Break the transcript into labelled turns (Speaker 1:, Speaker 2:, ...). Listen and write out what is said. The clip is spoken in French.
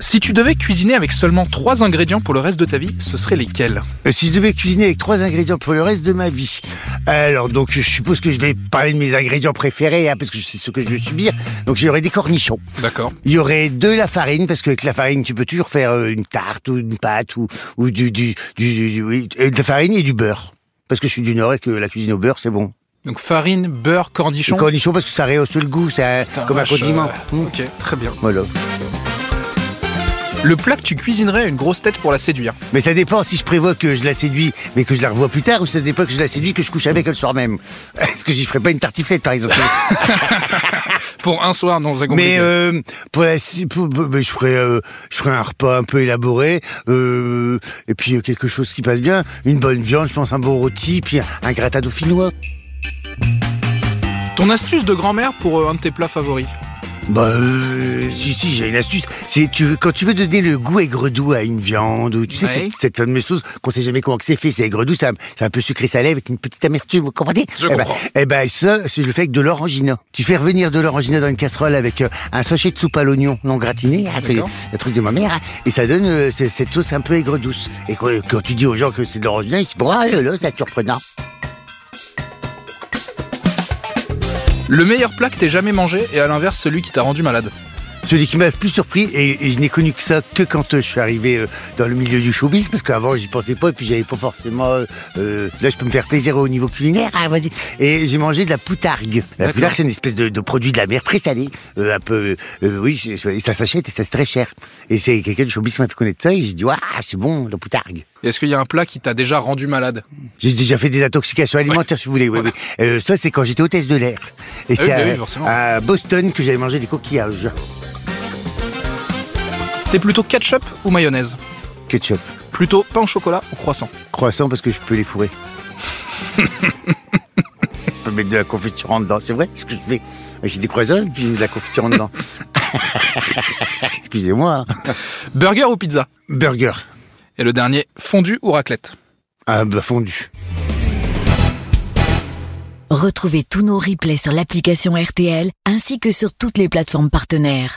Speaker 1: Si tu devais cuisiner avec seulement trois ingrédients pour le reste de ta vie, ce seraient lesquels
Speaker 2: Euh, Si je devais cuisiner avec trois ingrédients pour le reste de ma vie, alors donc je suppose que je vais parler de mes ingrédients préférés, hein, parce que c'est ce que je veux subir. Donc il y aurait des cornichons,
Speaker 1: D'accord.
Speaker 2: il y aurait de la farine, parce qu'avec la farine tu peux toujours faire euh, une tarte ou une pâte ou, ou du, du, du, du- oui, euh, de la farine et du beurre. Parce que je suis du Nord et que la cuisine au beurre c'est bon.
Speaker 1: Donc farine, beurre, cornichon.
Speaker 2: Le cornichon parce que ça rehausse le goût, c'est
Speaker 1: Putain,
Speaker 2: comme un
Speaker 1: vache,
Speaker 2: condiment.
Speaker 1: euh,
Speaker 2: Mmh.
Speaker 1: Ok, très bien.
Speaker 2: Voilà.
Speaker 1: Le plat que tu cuisinerais à une grosse tête pour la séduire.
Speaker 2: Mais ça dépend si je prévois que je la séduis, mais que je la revois plus tard, ou ça dépend que je la séduis, que je couche avec elle le soir même. Est-ce que j'y ferais pas une tartiflette, par exemple
Speaker 1: Pour un soir dans un
Speaker 2: Mais
Speaker 1: compliqué.
Speaker 2: euh, pour la, si- pour- pour- mais je ferais, euh, je ferais un repas un peu élaboré, euh, et puis euh, quelque chose qui passe bien, une bonne viande, je pense un bon rôti, puis un, un gratin dauphinois.
Speaker 1: Ton astuce de grand-mère pour euh, un de tes plats favoris.
Speaker 2: Bah, euh, si, si, j'ai une astuce. C'est tu veux, quand tu veux donner le goût aigre-doux à une viande, ou tu sais,
Speaker 1: Ouais.
Speaker 2: cette, cette fameuse sauce qu'on sait jamais comment que c'est fait, c'est aigre-doux, c'est un, c'est un peu sucré-salé avec une petite amertume, vous comprenez
Speaker 1: Je
Speaker 2: Eh ben,
Speaker 1: comprends.
Speaker 2: Eh ben, ça, je le fais avec de l'orangina. Tu fais revenir de l'orangina dans une casserole avec euh, un sachet de soupe à l'oignon non gratiné, ah, c'est
Speaker 1: D'accord.
Speaker 2: le truc de ma mère, hein, et ça donne euh, c- cette sauce un peu aigre-douce. Et quand, quand tu dis aux gens que c'est de l'orangina, ils se disent, ah là là, c'est surprenant.
Speaker 1: Le meilleur plat que t'aies jamais mangé et à l'inverse celui qui t'a rendu malade.
Speaker 2: Celui qui m'a le plus surpris, et, et je n'ai connu que ça que quand euh, je suis arrivé euh, dans le milieu du showbiz, parce qu'avant j'y pensais pas, et puis j'avais pas forcément. euh, euh, là, je peux me faire plaisir au niveau culinaire. Ah, vas-y. Et j'ai mangé de la poutargue. La
Speaker 1: D'accord.
Speaker 2: poutargue, c'est une espèce de, de produit de la mer très salé, euh, un peu. euh, oui, je- je- et ça s'achète et ça c'est très cher. Et c'est quelqu'un du showbiz qui m'a fait connaître ça, et j'ai dit, waouh, c'est bon, la poutargue.
Speaker 1: Et Est-ce qu'il y a un plat qui t'a déjà rendu malade
Speaker 2: J'ai déjà fait des intoxications alimentaires, si vous voulez. Oui,
Speaker 1: Voilà.
Speaker 2: oui. Euh, ça, c'est quand j'étais hôtesse de l'air. Et c'était
Speaker 1: bah oui,
Speaker 2: à-
Speaker 1: forcément.
Speaker 2: à Boston que j'avais mangé des coquillages.
Speaker 1: T'es plutôt ketchup ou mayonnaise
Speaker 2: Ketchup.
Speaker 1: Plutôt pain au chocolat ou croissant
Speaker 2: croissants parce que je peux les fourrer. je peux mettre de la confiture en dedans, c'est vrai ce que je fais. J'ai des croissants et puis je mets de la confiture en dedans. Excusez-moi. hein.
Speaker 1: Burger ou pizza
Speaker 2: Burger.
Speaker 1: Et le dernier, fondu ou raclette
Speaker 2: Ah bah fondu.
Speaker 3: Retrouvez tous nos replays sur l'application RTL ainsi que sur toutes les plateformes partenaires.